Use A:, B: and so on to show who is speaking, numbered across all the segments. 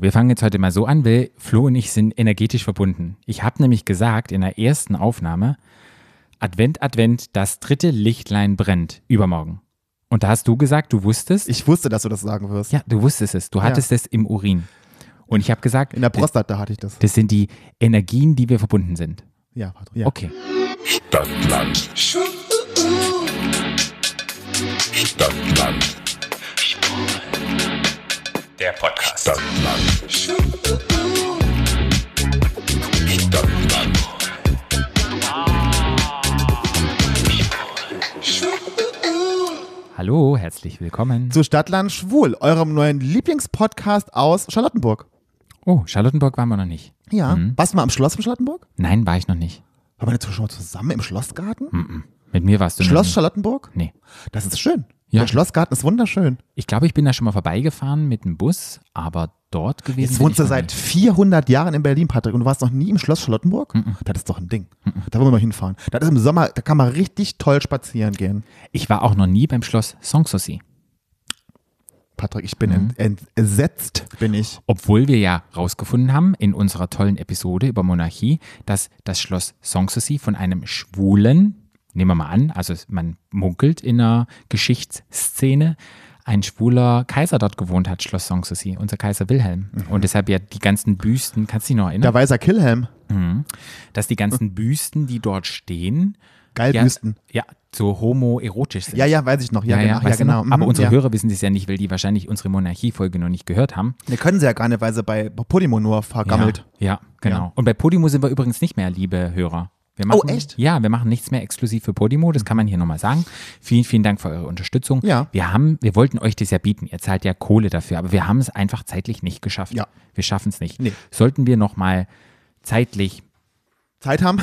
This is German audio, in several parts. A: Wir fangen jetzt heute mal so an, weil Flo und ich sind energetisch verbunden. Ich habe nämlich gesagt in der ersten Aufnahme, Advent, Advent, das dritte Lichtlein brennt, übermorgen. Und da hast du gesagt, du wusstest,
B: Ich wusste, dass du das sagen wirst.
A: ja, du wusstest es, du hattest es im Urin. Und ich habe gesagt,
B: In der Prostata hatte ich das.
A: das sind die Energien, die wir verbunden sind.
B: Ja, Patrick. Ja.
A: Okay.
C: Stadtland. Stadtland. Der Podcast. Stadtland. Stadtland.
A: Hallo, herzlich willkommen.
B: Zu Stadtland Schwul, eurem neuen Lieblingspodcast aus Charlottenburg.
A: Oh, Charlottenburg waren wir noch nicht.
B: Ja.
A: Mhm.
B: Warst du mal am Schloss in Charlottenburg?
A: Nein, war ich noch nicht.
B: Waren wir dazu schon mal zusammen im Schlossgarten?
A: Mhm. Mit mir warst du noch
B: Schloss
A: nicht.
B: Charlottenburg?
A: Nee.
B: Das ist schön.
A: Ja.
B: Der Schlossgarten ist wunderschön.
A: Ich glaube, ich bin da schon mal vorbeigefahren mit dem Bus, aber dort gewesen.
B: Jetzt
A: bin
B: wohnst
A: ich
B: du
A: noch
B: seit
A: nicht.
B: 400 Jahren in Berlin, Patrick, und du warst noch nie im Schloss Charlottenburg?
A: Mhm.
B: Das ist doch ein Ding. Da wollen wir mal hinfahren. Das ist im Sommer, da kann man richtig toll spazieren gehen.
A: Ich war auch noch nie beim Schloss Sanssouci.
B: Patrick, ich bin
A: Mhm.
B: ent entsetzt, bin ich.
A: Obwohl wir ja rausgefunden haben in unserer tollen Episode über Monarchie, dass das Schloss Sanssouci von einem Schwulen, nehmen wir mal an, also es- man munkelt in einer Geschichtsszene, ein schwuler Kaiser dort gewohnt hat, Schloss Sanssouci, unser Kaiser Wilhelm.
B: Mhm.
A: Und deshalb ja die ganzen Büsten, kannst du dich noch erinnern?
B: Der Weiser Kilhelm.
A: dass die ganzen Büsten, die dort stehen,
B: Geil
A: ja,
B: Büsten.
A: ja so homoerotisch sind.
B: Ja, ja, weiß ich noch. Ja,
A: Ja,
B: genau. Ja,
A: weißt du
B: genau.
A: noch? Aber
B: Mhm,
A: unsere
B: ja.
A: Hörer wissen das ja nicht, weil die wahrscheinlich unsere Monarchie-Folge noch nicht gehört haben.
B: Ne, können sie ja gar nicht, weil sie bei Podimo nur vergammelt.
A: Ja, ja genau. Und bei Podimo sind wir übrigens nicht mehr, liebe Hörer. Wir machen,
B: Oh, echt?
A: Ja, wir machen nichts mehr exklusiv für Podimo, das kann man hier nochmal sagen. Vielen, vielen Dank für eure Unterstützung.
B: Ja.
A: Wir haben, wir wollten euch das ja bieten, ihr zahlt ja Kohle dafür, aber wir haben es einfach zeitlich nicht geschafft.
B: Ja.
A: Wir schaffen es nicht.
B: Nee.
A: Sollten wir nochmal zeitlich
B: Zeit haben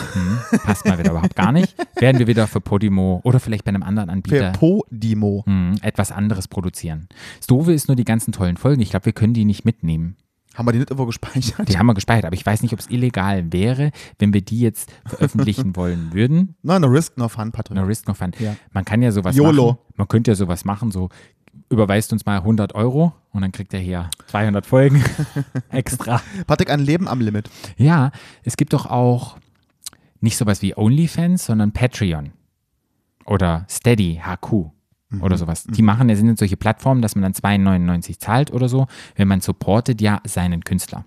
A: passt mal wieder überhaupt gar nicht. Werden wir wieder für Podimo oder vielleicht bei einem anderen
B: für
A: Anbieter
B: Podimo.
A: mh, etwas anderes produzieren. Das Doofe ist nur die ganzen tollen Folgen. Ich glaube, wir können die nicht mitnehmen.
B: Haben wir die nicht irgendwo gespeichert?
A: Die haben wir gespeichert, aber ich weiß nicht, ob es illegal wäre, wenn wir die jetzt veröffentlichen wollen würden.
B: Nein, no risk, no fun, Patrick.
A: No risk, no fun.
B: Ja.
A: Man kann ja sowas
B: YOLO.
A: machen. Man könnte ja sowas machen, so überweist uns mal 100 Euro und dann kriegt er hier 200 Folgen extra.
B: Patrick, ein Leben am Limit.
A: Ja, es gibt doch auch nicht sowas wie OnlyFans, sondern Patreon oder Steady HQ
B: Mhm.
A: oder sowas. Die machen, das sind jetzt solche Plattformen, dass man dann 2,99 zahlt oder so, wenn man supportet ja seinen Künstler.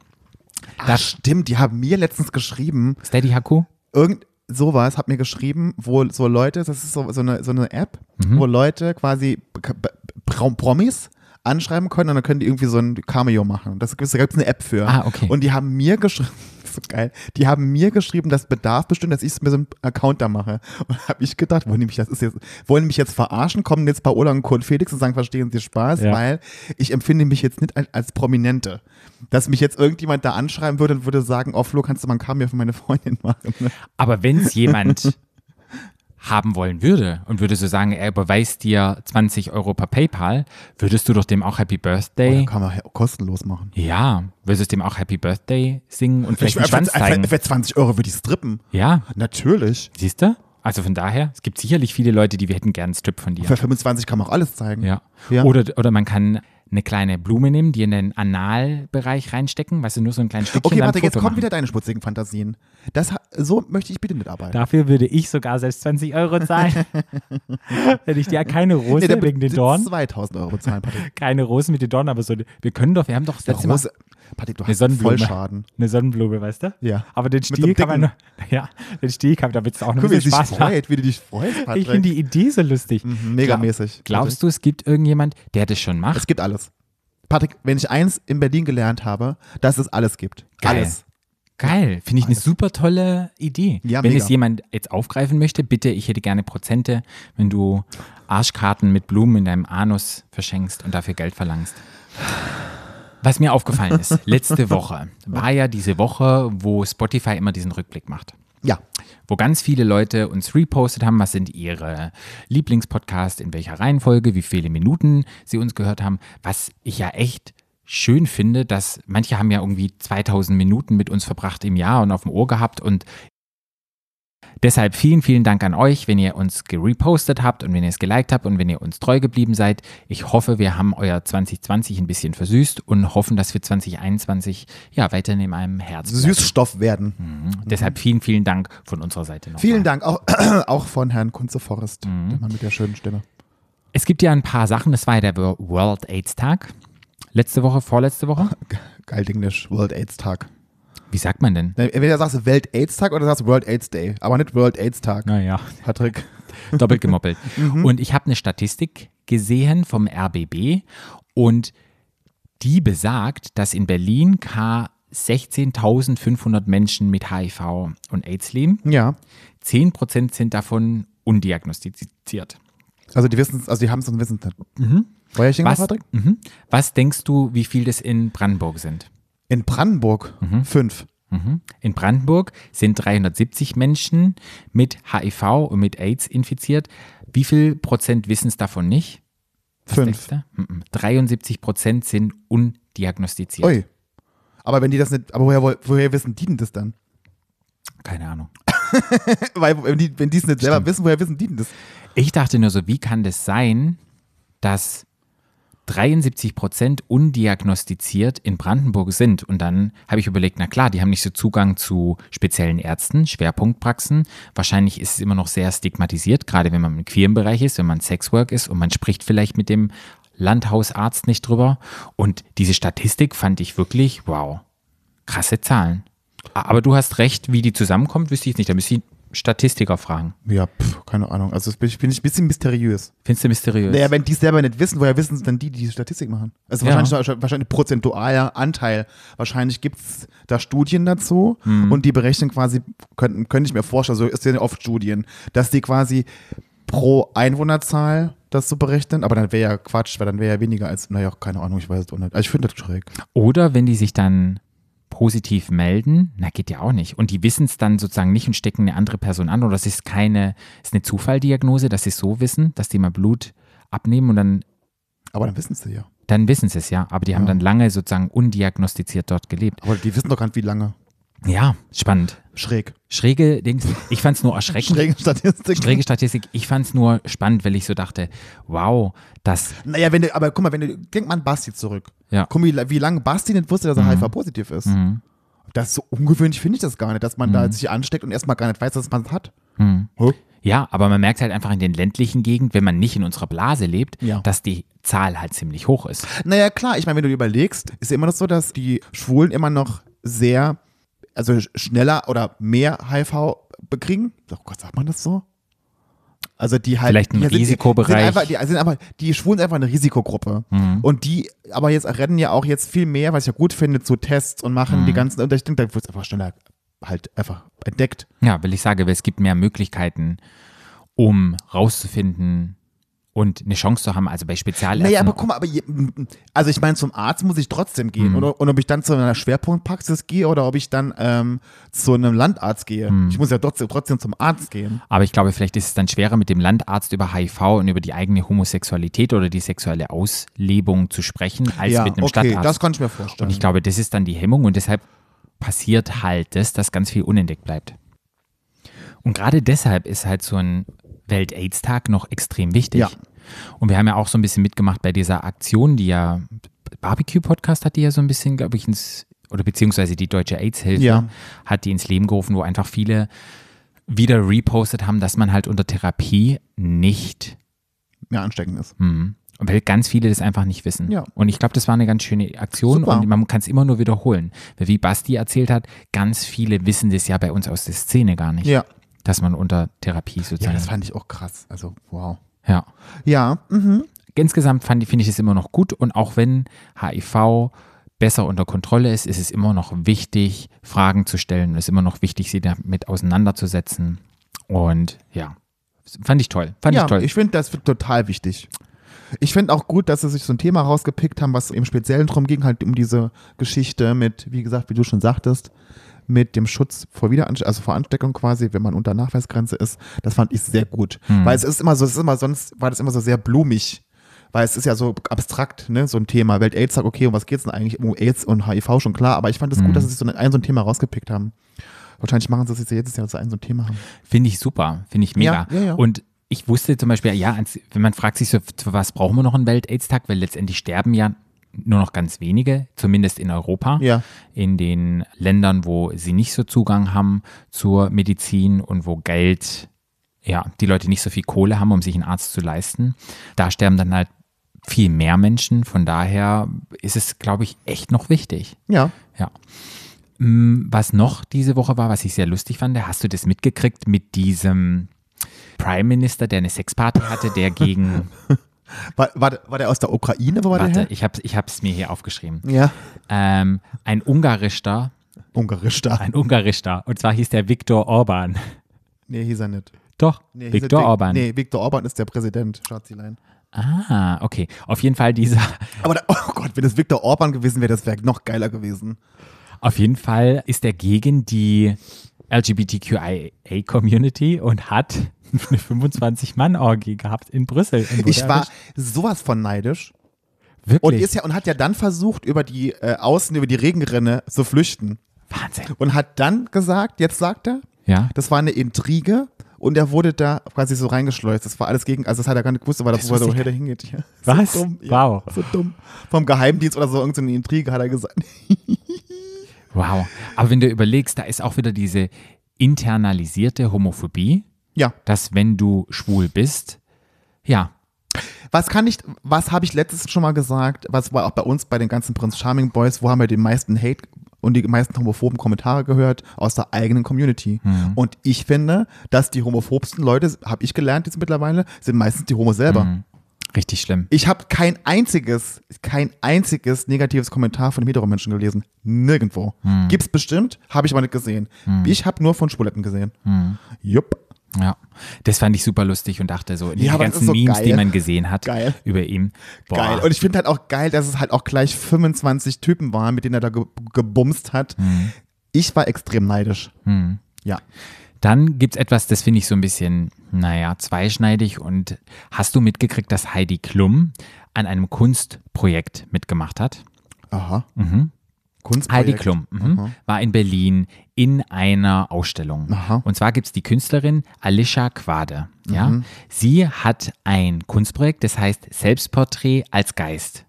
B: Das stimmt, die haben mir letztens geschrieben,
A: Steady HQ?
B: irgend sowas hat mir geschrieben, wo so Leute, das ist so, so, eine, so eine App, wo
A: Mhm.
B: Leute quasi K- B- Prom- Promis anschreiben können und dann können die irgendwie so ein Cameo machen. Das gibt's, da gibt's eine App für.
A: Ah, okay.
B: Und die haben mir geschrieben, so geil, die haben mir geschrieben, dass Bedarf bestimmt, dass ich mir so einen Account da mache. Und habe ich gedacht, wollen die mich, das ist jetzt, wollen die mich jetzt verarschen, kommen jetzt bei Ola und Kurt Felix und sagen, verstehen Sie Spaß,
A: Ja.
B: weil ich empfinde mich jetzt nicht als, als Prominente. Dass mich jetzt irgendjemand da anschreiben würde und würde sagen, oh Flo, kannst du mal ein Cameo für meine Freundin machen?
A: Aber wenn es jemand haben wollen würde und würde so sagen, er überweist dir 20 Euro per PayPal, würdest du doch dem auch Happy Birthday.
B: Ja, kann man ja auch kostenlos machen.
A: Ja, würdest du dem auch Happy Birthday singen und vielleicht einen
B: für,
A: Schwanz zeigen.
B: für 20 Euro würde ich strippen.
A: Ja,
B: Natürlich.
A: Siehst du? Also von daher, es gibt sicherlich viele Leute, die wir hätten gern einen Strip von dir.
B: Für 25 kann man auch alles zeigen.
A: Ja.
B: Ja.
A: Oder, oder man kann eine kleine Blume nehmen, die in den Analbereich reinstecken, weißt du, nur so ein kleines Stückchen.
B: Okay,
A: dann
B: warte,
A: ein
B: jetzt
A: Foto
B: kommen
A: machen.
B: wieder deine schmutzigen Fantasien. Das, ha- so möchte ich bitte mitarbeiten.
A: Dafür würde ich sogar selbst 20 Euro zahlen. Wenn ich dir keine Rose
B: der
A: wegen den
B: wird
A: Dornen,
B: 2000 Euro zahlen, Patrick.
A: keine Rose mit den Dornen, aber so, eine- wir können doch, wir haben doch das
B: Der
A: letzte Mal
B: Rose, Patrick, du
A: eine
B: hast
A: Sonnenblume.
B: voll Schaden.
A: Eine Sonnenblume, weißt du?
B: Ja.
A: Aber den
B: Mit so
A: Stiel
B: einem
A: kann man,
B: dicken-
A: nur- ja, den Stiel kann man, damit es auch noch ein
B: Guck, wie du
A: bisschen
B: dich
A: Spaß macht.
B: freut, wie du dich freust, Patrick.
A: Ich finde die Idee so lustig.
B: Mhm, megamäßig.
A: Glaubst du, es gibt irgendjemand, der das schon macht?
B: Es gibt alles. Patrick, wenn ich eins in Berlin gelernt habe, dass es alles gibt.
A: Geil.
B: Alles.
A: Geil, finde ich eine super tolle Idee.
B: Ja,
A: wenn
B: mega.
A: es jemand jetzt aufgreifen möchte, bitte, ich hätte gerne Prozente, wenn du Arschkarten mit Blumen in deinem Anus verschenkst und dafür Geld verlangst. Was mir aufgefallen ist, letzte Woche war ja diese Woche, wo Spotify immer diesen Rückblick macht
B: Ja.
A: wo ganz viele Leute uns repostet haben, was sind ihre Lieblingspodcasts, in welcher Reihenfolge, wie viele Minuten sie uns gehört haben, was ich ja echt schön finde, dass manche haben ja irgendwie 2000 Minuten mit uns verbracht im Jahr und auf dem Ohr gehabt und Deshalb vielen, vielen Dank an euch, wenn ihr uns gerepostet habt und wenn ihr es geliked habt und wenn ihr uns treu geblieben seid. Ich hoffe, wir haben euer 2020 ein bisschen versüßt und hoffen, dass wir 2021 ja weiterhin in meinem Herzen
B: Mhm.
A: bleiben.
B: Süßstoff werden.
A: Hm. Deshalb vielen, vielen Dank von unserer Seite noch.
B: Vielen Dank auch, auch von Herrn Kunze Forrest,
A: Mhm.
B: der Mann mit der schönen Stimme.
A: Es gibt ja ein paar Sachen. Das war ja der Wor- World AIDS Tag. Letzte Woche, vorletzte Woche.
B: Geil Englisch, World AIDS Tag.
A: Wie sagt man denn?
B: Na, Entweder sagst du Welt AIDS Tag oder sagst du World AIDS Day, aber nicht World AIDS Tag.
A: Naja,
B: Patrick.
A: doppelt gemoppelt. Und ich habe eine Statistik gesehen vom RBB und die besagt, dass in Berlin K 16.500 Menschen mit HIV und AIDS leben.
B: Ja.
A: 10% sind davon undiagnostiziert.
B: Also die wissen also die haben es und wissen es nicht. Feuerchen,
A: Was,
B: Patrick?
A: mhm. Was denkst du, wie viel das in Brandenburg sind?
B: In Brandenburg fünf.
A: Mhm. In Brandenburg sind 370 Menschen mit HIV und mit AIDS infiziert. Wie viel Prozent wissen es davon nicht? Was
B: Fünf.
A: denkst du? Mhm. 73 Prozent sind undiagnostiziert.
B: Ui. Aber wenn die das nicht, aber woher, woll- woher wissen die denn das dann?
A: Keine Ahnung.
B: Weil wenn die wenn die es nicht selber wissen, woher wissen die denn das?
A: Ich dachte nur so, wie kann das sein, dass 73 Prozent undiagnostiziert in Brandenburg sind? Und dann habe ich überlegt, na klar, die haben nicht so Zugang zu speziellen Ärzten, Schwerpunktpraxen. Wahrscheinlich ist es immer noch sehr stigmatisiert, gerade wenn man im queeren Bereich ist, wenn man Sexwork ist und man spricht vielleicht mit dem Landhausarzt nicht drüber. Und diese Statistik fand ich wirklich, wow, krasse Zahlen. A- Aber du hast recht, wie die zusammenkommt, wüsste ich jetzt nicht. Da müsste ich Statistiker fragen.
B: Ja, pff, keine Ahnung. Also das bin ich bin ich ein bisschen mysteriös.
A: Findest du mysteriös?
B: Naja, wenn die es selber nicht wissen, woher wissen es dann die, die die Statistik machen? Also
A: Ja.
B: wahrscheinlich, wahrscheinlich ein prozentualer Anteil. Wahrscheinlich gibt es da Studien dazu und die berechnen quasi, könnten, könnte ich mir vorstellen, so ist ja oft Studien, dass die quasi pro Einwohnerzahl das so berechnen, aber dann wäre ja Quatsch, weil dann wäre ja weniger als, naja, keine Ahnung, ich weiß es auch nicht. Also ich finde das schräg.
A: Oder wenn die sich dann positiv melden, na geht ja auch nicht. Und die wissen es dann sozusagen nicht und stecken eine andere Person an. Oder es ist keine, es ist eine Zufalldiagnose, dass sie es so wissen, dass die mal Blut abnehmen und dann,
B: Aber dann wissen sie ja.
A: dann wissen sie es ja. Aber die haben
B: Ja.
A: dann lange sozusagen undiagnostiziert dort gelebt.
B: Aber die wissen doch gar nicht, wie lange.
A: Ja, spannend.
B: Schräg.
A: Schräge Dings. Ich fand es nur erschreckend. Schräge,
B: Schräge Statistik.
A: Statistik. Ich fand es nur spannend, weil ich so dachte, wow, das,
B: Naja, wenn du, aber guck mal, wenn du, denk mal an Basti zurück.
A: Ja.
B: Guck mal, wie- wie lange Basti nicht wusste, dass er HIV-positiv ist. Das ist so ungewöhnlich, finde ich das gar nicht, dass man da sich ansteckt und erstmal gar nicht weiß, dass man es hat. Huh?
A: Ja, aber man merkt halt einfach in den ländlichen Gegenden, wenn man nicht in unserer Blase lebt,
B: Ja.
A: dass die Zahl halt ziemlich hoch ist.
B: Naja, klar, ich meine, wenn du dir überlegst, ist ja immer noch so, dass die Schwulen immer noch sehr, also sch- schneller oder mehr HIV bekriegen. Oh Gott, sagt man das so? Also die halt.
A: Vielleicht ein
B: die sind-
A: Risikobereich. Mhm.
B: Sind einfach, die, sind einfach, die Schwulen sind einfach eine Risikogruppe. Und die, aber jetzt rennen ja auch jetzt viel mehr, was ich ja gut finde, zu Tests und
A: Mhm.
B: machen die ganzen, und ich denke, da wird es einfach schneller halt einfach entdeckt.
A: Ja, will ich sagen, weil es gibt mehr Möglichkeiten, um rauszufinden und eine Chance zu haben, also bei Spezialärzten.
B: Naja, aber guck mal, aber je, also ich meine, zum Arzt muss ich trotzdem
A: Hm.
B: gehen. Oder, und ob ich dann zu einer Schwerpunktpraxis gehe oder ob ich dann ähm, zu einem Landarzt gehe.
A: Hm.
B: Ich muss ja trotzdem, trotzdem zum Arzt gehen.
A: Aber ich glaube, vielleicht ist es dann schwerer, mit dem Landarzt über HIV und über die eigene Homosexualität oder die sexuelle Auslebung zu sprechen, als
B: ja,
A: mit einem
B: okay,
A: Stadtarzt.
B: das kann ich mir vorstellen.
A: und ich glaube, das ist dann die Hemmung und deshalb passiert halt das, dass ganz viel unentdeckt bleibt. Und gerade deshalb ist halt so ein Welt-AIDS-Tag noch extrem wichtig.
B: Ja.
A: Und wir haben ja auch so ein bisschen mitgemacht bei dieser Aktion, die ja Barbecue-Podcast hat die ja so ein bisschen, glaube ich, ins, oder beziehungsweise die Deutsche AIDS-Hilfe
B: Ja.
A: hat die ins Leben gerufen, wo einfach viele wieder repostet haben, dass man halt unter Therapie nicht
B: mehr ansteckend ist.
A: Mhm. Und weil ganz viele das einfach nicht wissen.
B: Ja.
A: Und ich glaube, das war eine ganz schöne Aktion
B: Super.
A: und man kann es immer nur wiederholen. Weil wie Basti erzählt hat, ganz viele wissen das ja bei uns aus der Szene gar nicht.
B: Ja.
A: Dass man unter Therapie
B: Ja,
A: sozusagen.
B: das fand ich auch krass. Also, wow.
A: ja.
B: Ja, mhm.
A: Insgesamt fand- finde ich es immer noch gut und auch wenn HIV besser unter Kontrolle ist, ist es immer noch wichtig, Fragen zu stellen. Es ist immer noch wichtig, sie damit auseinanderzusetzen. Und ja, fand ich toll. Fand
B: ja,
A: ich toll.
B: ich finde das total wichtig. Ich finde auch gut, dass sie sich so ein Thema rausgepickt haben, was im Speziellen drum ging, halt um diese Geschichte mit, wie gesagt, wie du schon sagtest, mit dem Schutz vor Wiederansteckung, also vor Ansteckung quasi, wenn man unter Nachweisgrenze ist. Das fand ich sehr gut.
A: Hm.
B: Weil es ist immer so, es ist immer sonst, war das immer so sehr blumig. Weil es ist ja so abstrakt, ne, so ein Thema. Welt AIDS sagt,
A: Hm.
B: okay, um was geht's denn eigentlich? Um AIDS und HIV schon klar, aber ich fand es gut, dass sie sich so ein, ein so ein Thema rausgepickt haben. Wahrscheinlich machen sie das jetzt jedes Jahr, dass sie ein so ein Thema haben.
A: Finde ich super, finde ich mega.
B: Ja, ja, ja.
A: Und ich wusste zum Beispiel, ja, als, wenn man fragt sich so, für was brauchen wir noch einen Welt-Aids-Tag, weil letztendlich sterben ja nur noch ganz wenige, zumindest in Europa,
B: Ja.
A: in den Ländern, wo sie nicht so Zugang haben zur Medizin und wo Geld, ja, die Leute nicht so viel Kohle haben, um sich einen Arzt zu leisten. Da sterben dann halt viel mehr Menschen. Von daher ist es, glaube ich, echt noch wichtig.
B: Ja.
A: Ja. Mm, Was noch diese Woche war, was ich sehr lustig fand, hast du das mitgekriegt mit diesem Prime Minister, der eine Sexparty hatte, der gegen.
B: War, war, der- war der aus der Ukraine? Wo war der
A: warte,
B: her?
A: ich habe es ich hab's mir hier aufgeschrieben.
B: Ja.
A: Ähm, ein ungarischer,
B: Ungarisch da.
A: ein ungarischer, und zwar hieß der Viktor Orban.
B: Nee, hieß er nicht.
A: Doch,
B: Nee, hieß er
A: Viktor
B: Vik-
A: Orban.
B: Nee, Viktor Orban ist der Präsident, Schatzilein.
A: Ah, okay. Auf jeden Fall dieser,
B: Aber da, oh Gott, wenn es Viktor Orban gewesen wäre, das wäre noch geiler gewesen.
A: auf jeden Fall ist er gegen die LGBTQIA-Community und hat eine 25-Mann-Orgie gehabt in Brüssel. in
B: Ich war
A: Budapest.
B: sowas von neidisch.
A: wirklich
B: Und, ist ja, und hat ja dann versucht, über die äh, Außen, über die Regenrinne zu flüchten.
A: Wahnsinn.
B: Und hat dann gesagt, jetzt sagt er,
A: Ja.
B: das war eine Intrige und er wurde da quasi so reingeschleust. Das war alles gegen, also das hat er gar nicht gewusst, aber das,
A: Das
B: war so,
A: wusste ich
B: woher der hingeht. Ja.
A: Was?
B: So dumm, ja.
A: Wow.
B: So dumm. Vom Geheimdienst oder so irgendeine Intrige hat er gesagt.
A: Wow. Aber wenn du überlegst, da ist auch wieder diese internalisierte Homophobie,
B: Ja,
A: dass wenn du schwul bist, ja,
B: Was kann ich, was habe ich letztes schon mal gesagt, was war auch bei uns bei den ganzen Prince Charming Boys, wo haben wir den meisten Hate und die meisten homophoben Kommentare gehört aus der eigenen Community. Und ich finde, dass die homophobsten Leute, habe ich gelernt jetzt mittlerweile, sind meistens die Homo selber.
A: richtig schlimm.
B: Ich habe kein einziges, kein einziges negatives Kommentar von hetero Menschen gelesen. Nirgendwo. Gibt's bestimmt, habe ich aber nicht gesehen. Ich habe nur von Schwuletten gesehen. Jupp.
A: Ja. Das fand ich super lustig und dachte so, die
B: Ja, aber das
A: ganzen
B: ist so
A: Memes, die
B: geil.
A: man gesehen hat
B: Geil.
A: über ihn. Boah.
B: Geil. Und ich finde halt auch geil, dass es halt auch gleich 25 Typen waren, mit denen er da ge gebumst hat.
A: Mhm.
B: Ich war extrem neidisch. Ja.
A: Dann gibt es etwas, das finde ich so ein bisschen, naja, zweischneidig. Und hast du mitgekriegt, dass Heidi Klum an einem Kunstprojekt mitgemacht hat?
B: Aha. Kunstprojekt.
A: Mhm. Heidi Klum mhm, war in Berlin in einer Ausstellung.
B: Aha.
A: Und zwar gibt es die Künstlerin Alicia Quade. Ja? Sie hat ein Kunstprojekt, das heißt Selbstporträt als Geist.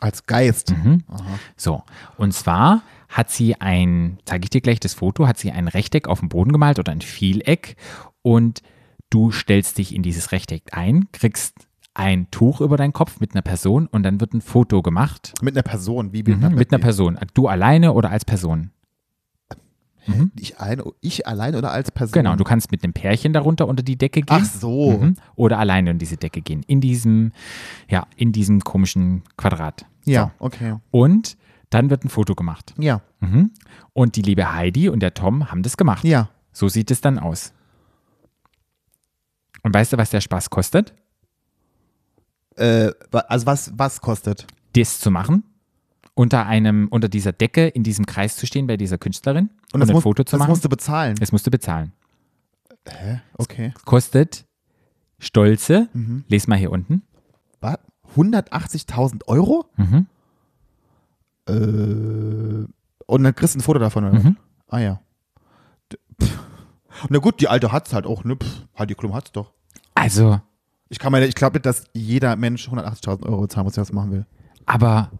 B: Als Geist.
A: Mhm. So, und zwar hat sie ein, zeige ich dir gleich das Foto, hat sie ein Rechteck auf dem Boden gemalt oder ein Vieleck und du stellst dich in dieses Rechteck ein, kriegst ein Tuch über deinen Kopf mit einer Person und dann wird ein Foto gemacht
B: Mit einer Person. Wie mit,
A: mhm, mit einer Person. Du alleine oder als Person.
B: Person. Ich, ein, ich allein oder als Person?
A: Genau, du kannst mit einem Pärchen darunter unter die Decke gehen.
B: Ach so.
A: Mhm. Oder alleine in diese Decke gehen. In diesem, ja, in diesem komischen Quadrat.
B: Ja, okay.
A: Und dann wird ein Foto gemacht.
B: Ja.
A: Mhm. Und die liebe Heidi und der Tom haben das gemacht.
B: Ja.
A: So sieht es dann aus. Und weißt du, was der Spaß kostet,
B: Äh, wa- also was, was kostet?
A: das zu machen? Unter einem, unter dieser Decke in diesem Kreis zu stehen bei dieser Künstlerin und,
B: das
A: Um ein
B: muss-
A: Foto zu
B: das
A: machen?
B: musst du bezahlen.
A: das musst du bezahlen.
B: Okay.
A: Kostet stolze,
B: Mhm.
A: les mal hier unten,
B: Was? 180.000 Euro?
A: Mhm.
B: Äh, und dann kriegst du ein Foto davon, oder?
A: Mhm.
B: was? Ah ja. D- pff. Na gut, die Alte hat's halt auch, ne? Pff, Heidi Klum hat's doch.
A: Also,
B: Ich kann mir, ich glaube nicht, dass jeder Mensch 180.000 Euro zahlen muss, der das machen will.
A: aber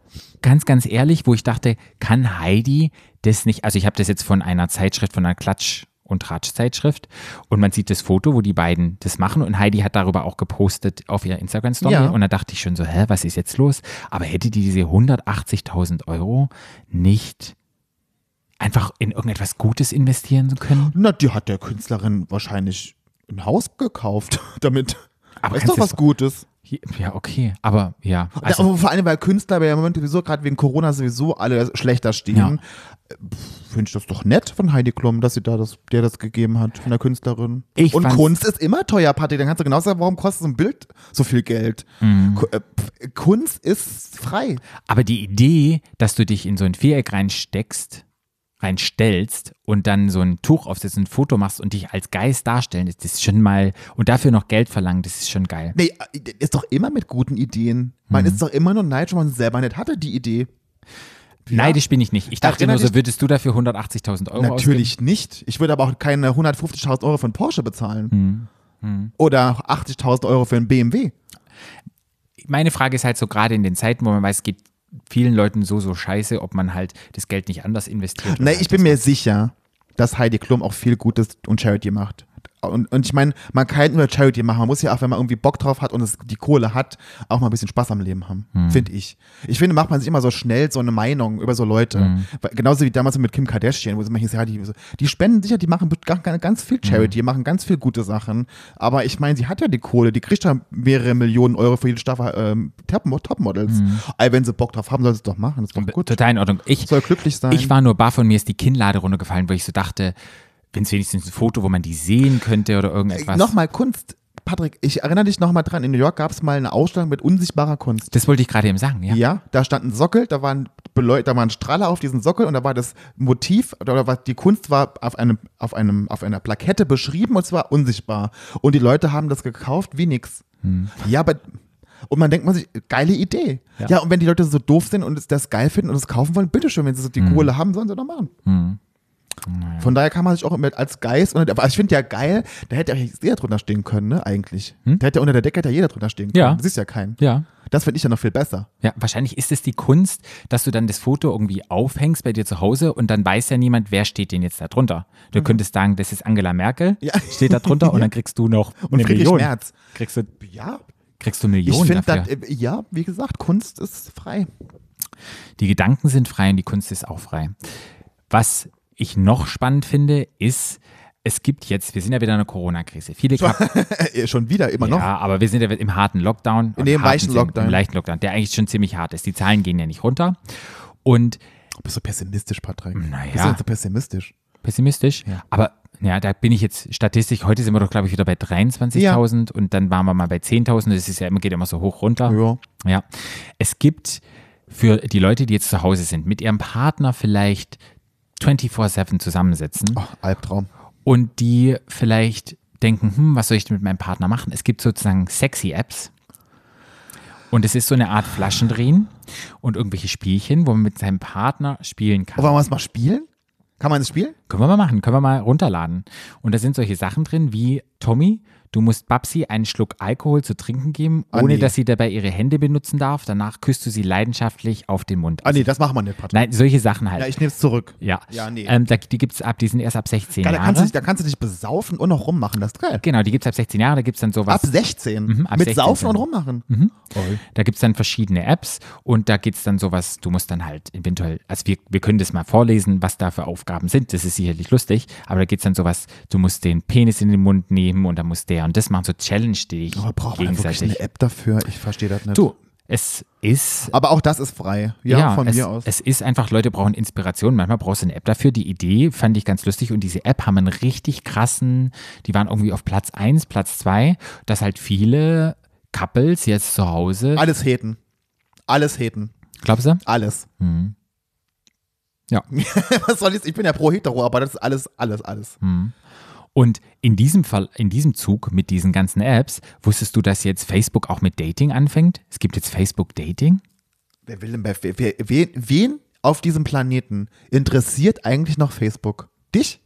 A: ganz, ganz ehrlich, wo ich dachte, kann Heidi das nicht, also ich habe das jetzt von einer Zeitschrift, von einer Klatsch- und Tratsch-Zeitschrift und man sieht das Foto, wo die beiden das machen und Heidi hat darüber auch gepostet auf ihrer Instagram-Story
B: Ja.
A: und da dachte ich schon so, hä, was ist jetzt los? Aber hätte die diese 180.000 Euro nicht einfach in irgendetwas Gutes investieren können?
B: Na, die hat der Künstlerin wahrscheinlich ein Haus gekauft damit.
A: Aber
B: ist
A: kannst
B: doch
A: du
B: was
A: das-
B: Gutes.
A: Ja, okay, aber ja.
B: Also, aber vor allem, weil Künstler ja im Moment sowieso gerade wegen Corona sowieso alle schlechter stehen. Finde ich das doch nett von Heidi Klum, dass sie da das, der das gegeben hat, von der Künstlerin.
A: Ich
B: Und
A: fand's-
B: Kunst ist immer teuer, Patrick. Dann kannst du genau sagen, warum kostet so ein Bild so viel Geld?
A: Mhm.
B: Ku- äh, pf, Kunst ist frei.
A: Aber die Idee, dass du dich in so ein Viereck reinsteckst, reinstellst und dann so ein Tuch aufsetzt, ein Foto machst und dich als Geist darstellen, das ist schon mal und dafür noch Geld verlangen, das ist schon geil.
B: Nee, äh,
A: Mhm.
B: ist doch immer mit guten Ideen. Man ist doch immer nur neidisch, wenn man selber nicht hatte, die Idee.
A: Neidisch bin ich nicht. Ich dachte
B: Erinner
A: nur so,
B: dich-
A: würdest du dafür 180.000 Euro
B: Natürlich nicht. Ich würde aber auch keine 150.000 Euro für einen Porsche bezahlen.
A: Mhm.
B: Oder 80.000 Euro für einen BMW.
A: ausgeben? Meine Frage ist halt so, gerade in den Zeiten, wo man weiß, es geht vielen Leuten so, so scheiße, ob man halt das Geld nicht anders investiert.
B: Nee,
A: oder
B: ich bin mir sicher, dass Heidi Klum auch viel Gutes und Charity macht. Und, und ich meine, man kann nur Charity machen. Man muss ja auch, wenn man irgendwie Bock drauf hat und es, die Kohle hat, auch mal ein bisschen Spaß am Leben haben, finde ich. Ich finde, macht man sich immer so schnell so eine Meinung über so Leute. Weil, genauso wie damals mit Kim Kardashian, wo sie manchmal hieß, ja, die, die spenden sicher, die machen ganz, ganz viel Charity, die machen ganz viel gute Sachen. Aber ich meine, sie hat ja die Kohle, die kriegt ja mehrere Millionen Euro für jede Staffel ähm, Top- Topmodels. Aber wenn sie Bock drauf haben, soll sie es doch machen. Das ist doch gut.
A: Total in Ordnung. Ich,
B: Soll glücklich sein.
A: Ich war nur baff und mir ist die Kinnlade runtergefallen, wo ich so dachte, wenn es wenigstens ein Foto, wo man die sehen könnte oder irgendetwas.
B: Nochmal Äh, Kunst. Patrick, ich erinnere dich nochmal dran, in New York gab es mal eine Ausstellung mit unsichtbarer Kunst.
A: Das wollte ich gerade eben sagen, ja.
B: Ja. da stand ein Sockel, da war ein, Beleu da war ein Strahler auf diesem Sockel und da war das Motiv, oder was die Kunst war auf, einem, auf, einem, auf einer Plakette beschrieben und zwar unsichtbar. Und die Leute haben das gekauft wie nix. Ja, aber. Und man denkt man sich, geile Idee. Ja. und wenn die Leute so doof sind und es- das geil finden und es kaufen wollen, bitteschön, wenn sie so die Kohle haben, sollen sie doch machen. Von daher kann man sich auch immer als Geist, unter, aber ich finde ja geil, da hätte ja jeder drunter stehen können, ne, eigentlich. Da hätte ja unter der Decke hätte ja jeder drunter stehen können.
A: Ja.
B: Du siehst ja keinen.
A: Ja.
B: Das finde ich ja noch viel besser.
A: Ja, wahrscheinlich ist es die Kunst, dass du dann das Foto irgendwie aufhängst bei dir zu Hause und dann weiß ja niemand, wer steht denn jetzt da drunter. Du könntest sagen, das ist Angela Merkel,
B: Mhm. Ja.
A: steht da drunter und dann kriegst du noch
B: Und
A: eine
B: Friedrich
A: Million.
B: Merz.
A: Kriegst du,
B: Ja,
A: kriegst du
B: ich
A: Millionen
B: finde,
A: dafür.
B: dat- äh, ja, wie gesagt, Kunst ist frei.
A: Die Gedanken sind frei und die Kunst ist auch frei. Was ich noch spannend finde, ist, es gibt jetzt, wir sind ja wieder in einer Corona-Krise. Viele Kap
B: Äh, schon wieder, immer noch.
A: Ja, aber wir sind ja im harten Lockdown.
B: Nee, im
A: Harten
B: weichen
A: Sinn,
B: Lockdown.
A: Im leichten Lockdown, der eigentlich schon ziemlich hart ist. Die Zahlen gehen ja nicht runter. Und
B: Bist du pessimistisch, Patrick?
A: Naja.
B: Bist du so pessimistisch?
A: pessimistisch, aber ja, da bin ich jetzt statistisch, heute sind wir doch, glaube ich, wieder bei 23.000 und dann waren wir mal bei 10.000. Das ist ja immer, geht immer so hoch runter.
B: Ja.
A: Ja. Es gibt für die Leute, die jetzt zu Hause sind, mit ihrem Partner vielleicht 24-7 zusammensitzen
B: Ach, Oh, Albtraum.
A: und die vielleicht denken, hm, was soll ich denn mit meinem Partner machen? Es gibt sozusagen sexy Apps. Und es ist so eine Art Flaschendrehen und irgendwelche Spielchen, wo man mit seinem Partner spielen kann.
B: Oh, wollen wir es mal spielen? Kann man es spielen?
A: Können wir mal machen, können wir mal runterladen. Und da sind solche Sachen drin wie Tommy, du musst Babsi einen Schluck Alkohol zu trinken geben,
B: Ah,
A: ohne
B: nee.
A: dass sie dabei ihre Hände benutzen darf. Danach küsst du sie leidenschaftlich auf den Mund.
B: Ah, nee, das machen wir nicht, Patrick.
A: Nein, solche Sachen halt.
B: Ja, ich nehme es zurück.
A: ja.
B: Ja, nee.
A: ähm, da, die gibt es ab, die sind erst ab 16
B: Geil, da, kannst du
A: Jahre.
B: dich, da kannst du dich besaufen und noch rummachen, das ist geil.
A: Genau, die gibt es ab 16 Jahre, da gibt es dann sowas.
B: Ab 16.
A: ab Mhm.
B: Mit
A: 16
B: Saufen
A: schon.
B: und rummachen. Oh,
A: Da gibt es dann verschiedene Apps und da geht es dann sowas, du musst dann halt eventuell, also wir, wir können das mal vorlesen, was da für Aufgaben sind, das ist sicherlich lustig, aber da geht es dann sowas, du musst den Penis in den Mund nehmen und dann muss der und das machen, so challenge dich
B: Aber braucht man wirklich
A: gegenseitig.
B: eine App dafür? Ich verstehe das nicht.
A: Du, es ist,
B: Aber auch das ist frei. Ja,
A: ja,
B: von
A: es,
B: mir aus.
A: es ist einfach, Leute brauchen Inspiration, manchmal brauchst du eine App dafür, die Idee fand ich ganz lustig und diese App haben einen richtig krassen, die waren irgendwie auf Platz 1, Platz 2, dass halt viele Couples jetzt zu Hause,
B: Alles heten. Alles heten.
A: glaubst du?
B: Alles.
A: Mhm. Ja.
B: Was soll ich? Ich bin ja pro Hetero, aber das ist alles, alles, alles.
A: Mhm. Und in diesem Fall, in diesem Zug mit diesen ganzen Apps, wusstest du, dass jetzt Facebook auch mit Dating anfängt? Es gibt jetzt Facebook Dating?
B: Wer will denn bei wer, wer, wen, wen auf diesem Planeten interessiert eigentlich noch Facebook? Dich?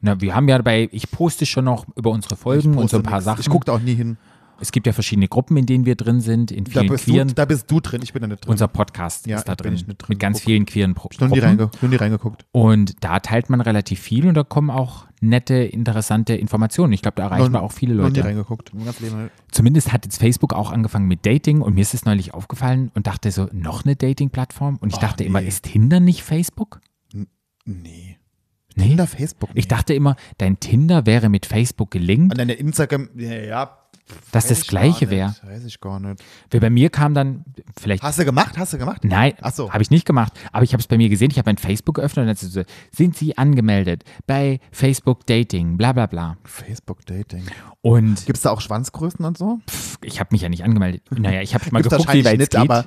A: Na, wir haben ja bei, ich poste schon noch über unsere Folgen und so ein paar
B: nix.
A: Sachen.
B: Ich gucke da auch nie hin.
A: es gibt ja verschiedene Gruppen, in denen wir drin sind, in
B: Da
A: vielen
B: bist, du,
A: queeren.
B: da bist du drin, ich bin da nicht drin.
A: unser Podcast
B: Ja,
A: ist da
B: bin
A: drin,
B: ich nicht drin.
A: Mit ganz
B: Guck.
A: vielen queeren Pro
B: Nur nie,
A: Gruppen.
B: reinge, nur nie reingeguckt.
A: Und da teilt man relativ viel und da kommen auch nette, interessante Informationen. Ich glaube, da erreichen wir auch viele
B: Nur nie
A: Leute.
B: reingeguckt. Mein ganzes Leben.
A: Zumindest hat jetzt Facebook auch angefangen mit Dating und mir ist es neulich aufgefallen und dachte so, noch eine Dating-Plattform? Und ich dachte immer,
B: nee.
A: ist Tinder nicht Facebook?
B: Nee.
A: Nee.
B: Tinder, Facebook.
A: Ich dachte immer, dein Tinder wäre mit Facebook gelinkt,
B: An deine Instagram. Ja, ja.
A: dass
B: weiß
A: das
B: ich
A: gleiche
B: gar
A: wäre.
B: nicht. Weiß ich gar nicht.
A: Weil bei mir kam dann, vielleicht,
B: Hast du gemacht? Hast du gemacht?
A: nein,
B: Ach so.
A: habe ich nicht gemacht, aber ich habe es bei mir gesehen, ich habe mein Facebook geöffnet und dann so, sind Sie angemeldet bei Facebook Dating, bla bla bla.
B: Facebook Dating.
A: Und
B: Gibt es da auch Schwanzgrößen und so?
A: pff, ich habe mich ja nicht angemeldet. Naja, ich habe mal
B: Gibt's
A: geguckt, wie weit es geht.
B: aber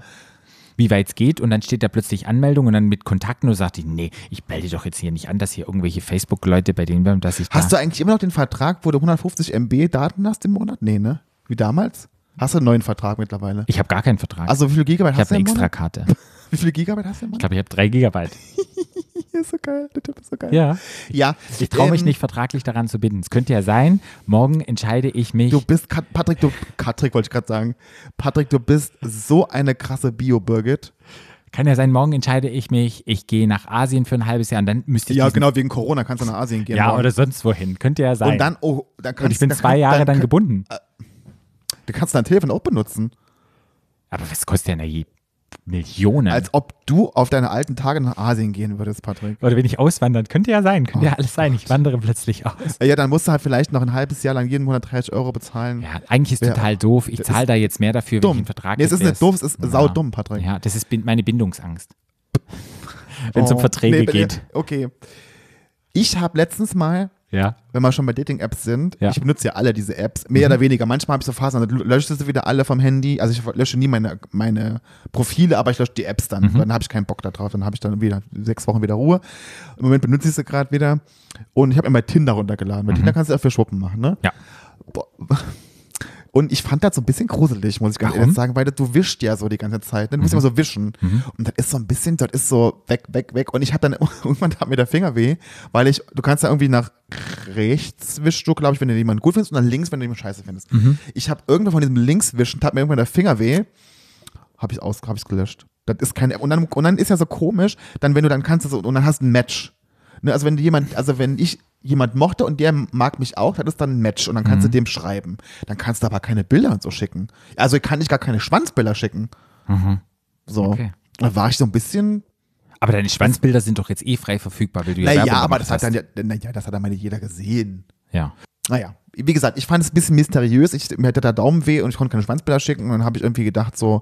A: wie weit es geht und dann steht da plötzlich Anmeldung und dann mit Kontakten und sagt die, nee, ich melde doch jetzt hier nicht an, dass hier irgendwelche Facebook-Leute bei denen wir, dass ich
B: hast
A: da,
B: du eigentlich immer noch den Vertrag, wo du 150 MB Daten hast im Monat? Nee, ne? Wie damals? Hast du einen neuen Vertrag mittlerweile?
A: ich habe gar keinen Vertrag.
B: Also wie viel Gigabyte
A: ich
B: hast
A: habe eine
B: du im Monat?
A: Extrakarte.
B: Wie viel Gigabyte hast du, Mann?
A: Ich glaube, ich habe drei Gigabyte.
B: ist so geil. Der Typ ist so geil.
A: Ja.
B: Ja,
A: Ich traue mich
B: ähm,
A: nicht vertraglich daran zu binden. Es könnte ja sein, morgen entscheide ich mich.
B: Du bist, Kat- Patrick, du, Patrick wollte ich gerade sagen. Patrick, du bist so eine krasse Bio-Birgit.
A: Kann ja sein, morgen entscheide ich mich, ich gehe nach Asien für ein halbes Jahr und dann müsste ich.
B: Ja,
A: diesen-
B: genau, wegen Corona kannst du nach Asien gehen.
A: Ja,
B: morgen.
A: oder sonst wohin. Könnte ja sein.
B: Und dann, oh, dann kannst
A: und ich bin
B: dann
A: zwei
B: kann-
A: Jahre dann
B: kann- Äh,
A: gebunden.
B: Du kannst dein Telefon auch benutzen.
A: Aber was kostet denn da je Millionen?
B: Als ob du auf deine alten Tage nach Asien gehen würdest, Patrick.
A: Oder wenn ich auswandern, könnte ja sein,
B: Oh
A: könnte ja alles sein. Ich wandere plötzlich aus.
B: Äh, Ja, dann musst du halt vielleicht noch ein halbes Jahr lang jeden Monat 30 Euro bezahlen.
A: Ja, eigentlich ist total doof. Ich zahle da jetzt mehr dafür, wenn ich
B: dumm.
A: einen Vertrag
B: Nee, es ist
A: jetzt
B: nicht doof, es ist
A: ja.
B: saudumm, Patrick.
A: Ja, das ist bin- meine Bindungsangst. wenn es um Verträge
B: Oh. nee, nee,
A: geht.
B: Okay. Ich habe letztens mal,
A: Ja.
B: wenn wir schon bei Dating-Apps sind,
A: Ja. Mhm.
B: ich benutze ja alle diese Apps, mehr oder weniger. Manchmal habe ich so Phasen, dann lösche ich sie wieder alle vom Handy. Also ich lösche nie meine, meine Profile, aber ich lösche die Apps
A: Mhm.
B: dann. Dann habe ich keinen Bock da drauf. Dann habe ich dann wieder sechs Wochen wieder Ruhe. Im Moment benutze ich sie gerade wieder. Und ich habe immer Tinder runtergeladen, weil
A: Mhm.
B: Tinder kannst du auch für Schwuppen machen, ne?
A: Ja.
B: Boah. Und ich fand das so ein bisschen gruselig, muss ich ganz
A: Warum?
B: ehrlich sagen, weil du wischst ja so die ganze Zeit. Ne? Du musst immer so wischen. Und das ist so ein bisschen, das ist so weg, weg, weg. Und ich habe dann, irgendwann tat mir der Finger weh, weil ich, du kannst ja irgendwie nach rechts wischst du, glaube ich, wenn du jemanden gut findest und nach links, wenn du jemanden scheiße findest. Ich habe irgendwann von diesem links wischen, tat mir irgendwann der Finger weh, habe ich aus, habe ich gelöscht. Das ist keine App. Und dann, und dann ist ja so komisch, dann wenn du dann kannst du so, und dann hast du ein Match. Ne, also wenn du jemand, also wenn ich jemand mochte und der mag mich auch, dann ist dann ein Match und dann kannst du dem schreiben. Dann kannst du aber keine Bilder und so schicken. Also kann ich gar keine Schwanzbilder schicken. So.
A: Okay.
B: Da war ich so ein bisschen,
A: Aber deine Schwanzbilder sind doch jetzt eh frei verfügbar, weil du ja
B: naja,
A: Werbung
B: aber
A: gemacht
B: das hat
A: hast.
B: dann ja, naja, das hat dann mal nicht jeder gesehen.
A: Ja.
B: Naja, wie gesagt, ich fand es ein bisschen mysteriös. Ich, mir hatte der Daumen weh und ich konnte keine Schwanzbilder schicken. Und dann habe ich irgendwie gedacht, so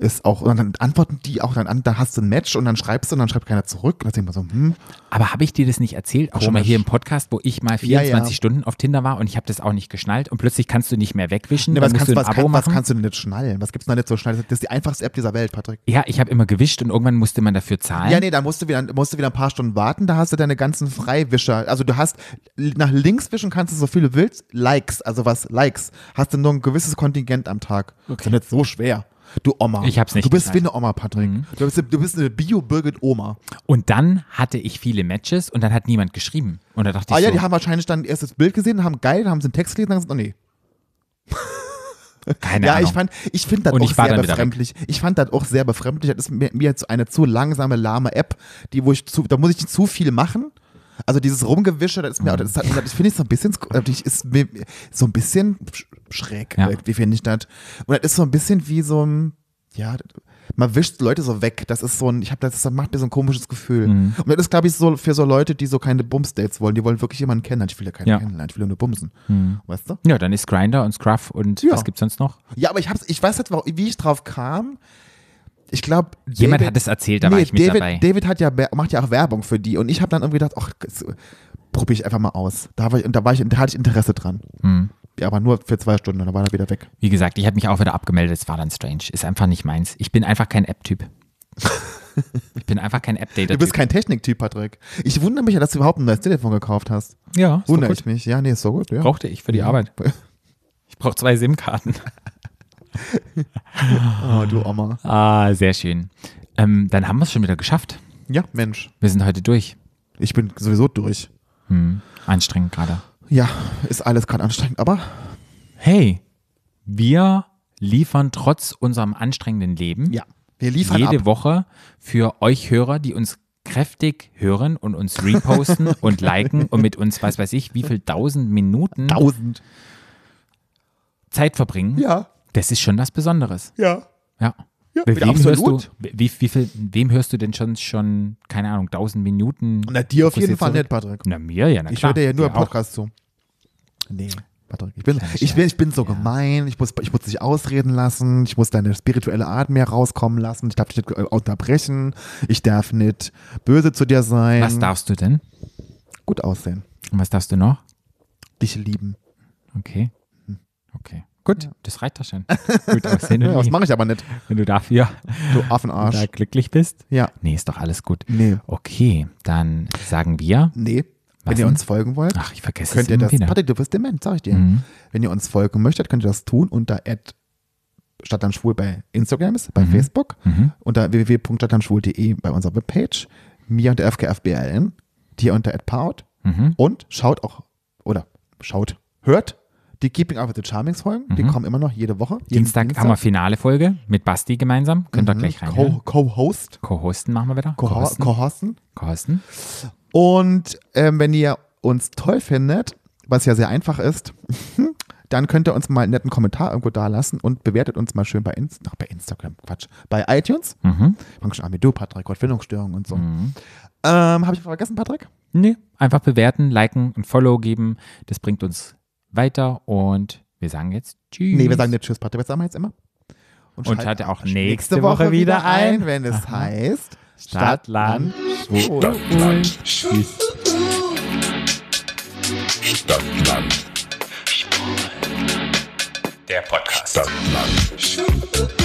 B: ist auch, und dann antworten die auch dann an, da hast du ein Match und dann schreibst du und dann schreibt keiner zurück. Und dann denkt man so, hm,
A: Aber habe ich dir das nicht erzählt? Auch schon mal
B: Komisch.
A: hier im Podcast, wo ich mal
B: Ja,
A: 24
B: ja.
A: Stunden auf Tinder war und ich habe das auch nicht geschnallt und plötzlich kannst du nicht mehr wegwischen.
B: ne,
A: dann
B: was,
A: musst
B: kannst,
A: du ein
B: was,
A: Abo
B: kann, was
A: machen.
B: kannst du denn nicht schnallen? Was gibt's denn da nicht so schnell? Das ist die einfachste App dieser Welt, Patrick.
A: ja, ich habe immer gewischt und irgendwann musste man dafür zahlen.
B: Ja, nee, da musst du, wieder, musst du wieder ein paar Stunden warten, da hast du deine ganzen Freiwischer. Also du hast, nach links wischen kannst du so viele willst, Likes, also was, Likes. Hast du nur ein gewisses Kontingent am Tag. Okay. Ist ja nicht so schwer. Du Oma.
A: Ich hab's nicht Mhm.
B: Du bist
A: geschnallt.
B: wie eine Oma, Patrick. Du, bist, du bist eine Bio-Birgit-Oma.
A: Und dann hatte ich viele Matches und dann hat niemand geschrieben. Und da dachte
B: Ah
A: ich
B: ja,
A: so,
B: die haben wahrscheinlich dann erst das Bild gesehen, haben geil, haben sie den Text gelesen und haben gesagt, oh nee.
A: keine
B: ja,
A: Ahnung.
B: ich fand, ich finde das
A: Und
B: auch
A: ich war
B: sehr
A: dann wieder weg.
B: befremdlich. Ich fand das auch sehr befremdlich. Das ist mir, mir jetzt eine zu langsame, lahme App, die, wo ich zu, da muss ich zu viel machen. Also dieses Rumgewische, das ist
A: Mhm.
B: mir, das, hat- das finde ich so ein bisschen, das ist mir so ein bisschen sch- schräg,
A: Ja.
B: irgendwie finde ich das. Und das ist so ein bisschen wie so ein, ja, man wischt Leute so weg. Das ist so ein, ich habe das, das macht mir so ein komisches Gefühl.
A: Mhm.
B: Und das ist, glaube ich, so für so Leute, die so keine Bums-Dates wollen. Die wollen wirklich jemanden kennenlernen. Ich will ja keinen
A: Ja. Mhm.
B: kennenlernen, ich will nur bumsen. Weißt du?
A: ja, dann ist Grinder und Scruff und
B: Ja.
A: was gibt's sonst noch?
B: Ja, aber ich hab's, ich weiß nicht, warum- wie ich drauf kam. Ich glaube,
A: Jemand hat es erzählt, da war ich mit
B: David,
A: dabei.
B: David hat ja, wer- macht ja auch Werbung für die und ich habe dann irgendwie gedacht, ach, das, äh, probier ich einfach mal aus. Da war ich, und da war ich, da hatte ich Interesse dran.
A: Hm.
B: Ja, aber nur für zwei Stunden, dann war er wieder weg.
A: Wie gesagt, ich habe mich auch wieder abgemeldet. Es war dann strange. Ist einfach nicht meins. Ich bin einfach kein App-Typ. ich bin einfach kein App-Dater.
B: Du bist kein Techniktyp, Patrick. Ich wundere mich ja, dass du überhaupt ein neues Telefon gekauft hast.
A: Ja, ist doch
B: Wundere
A: gut.
B: ich mich. Ja, nee, ist so gut. Ja.
A: Brauchte ich für die Arbeit. Ich brauche zwei SIM-Karten.
B: Oh, du Oma.
A: Ah, sehr schön. Ähm, dann haben wir es schon wieder geschafft.
B: Ja, Mensch.
A: Wir sind heute durch.
B: Ich bin sowieso durch.
A: Hm, anstrengend gerade.
B: Ja, ist alles gerade anstrengend, aber
A: Hey, wir liefern trotz unserem anstrengenden Leben
B: ja, wir liefern
A: jede
B: ab.
A: Woche für euch Hörer, die uns kräftig hören und uns reposten und liken und mit uns, was weiß ich, wie viel tausend Minuten
B: Tausend.
A: Zeit verbringen.
B: Ja,
A: Das ist schon was Besonderes.
B: ja.
A: Ja.
B: Ja,
A: Bei
B: wieder
A: wem hörst du,
B: absolut.
A: wie, wie viel, wem hörst du denn schon, schon, keine Ahnung, tausend Minuten?
B: Na, dir auf
A: Wo ist
B: jeden
A: jetzt
B: Fall
A: zurück?
B: nicht, Patrick.
A: Na, mir, ja, na
B: Ich
A: klar.
B: höre dir ja nur
A: Dir
B: im
A: auch.
B: Podcast zu. Nee, Patrick, ich bin, ich bin, ich bin so gemein, ich muss, ich muss dich ausreden lassen, ich muss deine spirituelle Art mehr rauskommen lassen, ich darf dich nicht äh, unterbrechen, ich darf nicht böse zu dir sein.
A: Was darfst du denn?
B: Gut aussehen,
A: Und was darfst du noch?
B: dich lieben.
A: Okay. Okay. Gut, das reicht doch schon. Gut aussehen.
B: Hm. Ja,
A: und
B: das
A: lieb.
B: mache ich aber nicht,
A: Wenn du dafür
B: du
A: da
B: Affenarsch.
A: glücklich bist.
B: Ja,
A: Nee, ist doch alles gut.
B: nee,
A: Okay, dann sagen wir.
B: nee. Wenn
A: Was
B: ihr
A: denn?
B: uns folgen wollt,
A: Ach, ich vergesse
B: könnt
A: es
B: ihr
A: immer
B: das.
A: wieder. Mhm,
B: Patrick, du bist dement, sag ich dir. Wenn ihr uns folgen möchtet, könnt ihr das tun unter Stadtlandschwul bei Instagram ist,
A: Mhm.
B: bei Facebook, unter www.stadtlandschwul.de bei unserer Webpage, mir unter FKFBLN, dir unter AdPout
A: mhm.
B: und schaut auch, oder schaut, hört die Keeping Up with the Charmings Folgen, die kommen immer noch jede Woche. jeden
A: Mhm. Dienstag haben wir finale Folge mit Basti gemeinsam. Könnt ihr gleich rein.
B: Mhm. Co- Co-Host,
A: Co-Hosten machen wir wieder.
B: Co
A: Co-Hosten.
B: Co-Hosten.
A: Co-Hosten.
B: Und ähm, wenn ihr uns toll findet, was ja sehr einfach ist, dann könnt ihr uns mal einen netten Kommentar irgendwo da lassen und bewertet uns mal schön bei, Inst ach, bei Instagram, Quatsch, bei iTunes. Mhm. Schon an, wie du, Patrick, Wortfindungsstörung und so.
A: Mhm.
B: Ähm, Habe ich vergessen, Patrick?
A: Nee, einfach bewerten, liken und Follow geben. Das bringt uns weiter und wir sagen jetzt Tschüss.
B: Nee, wir sagen nicht Tschüss, Patrick, was sagen wir jetzt immer?
A: Und schaltet auch nächste Woche wieder ein,
B: wenn es heißt
A: Stadt, Land,
B: Schwul.
C: Stadtland. Stadtland. Der Podcast. Stadtland.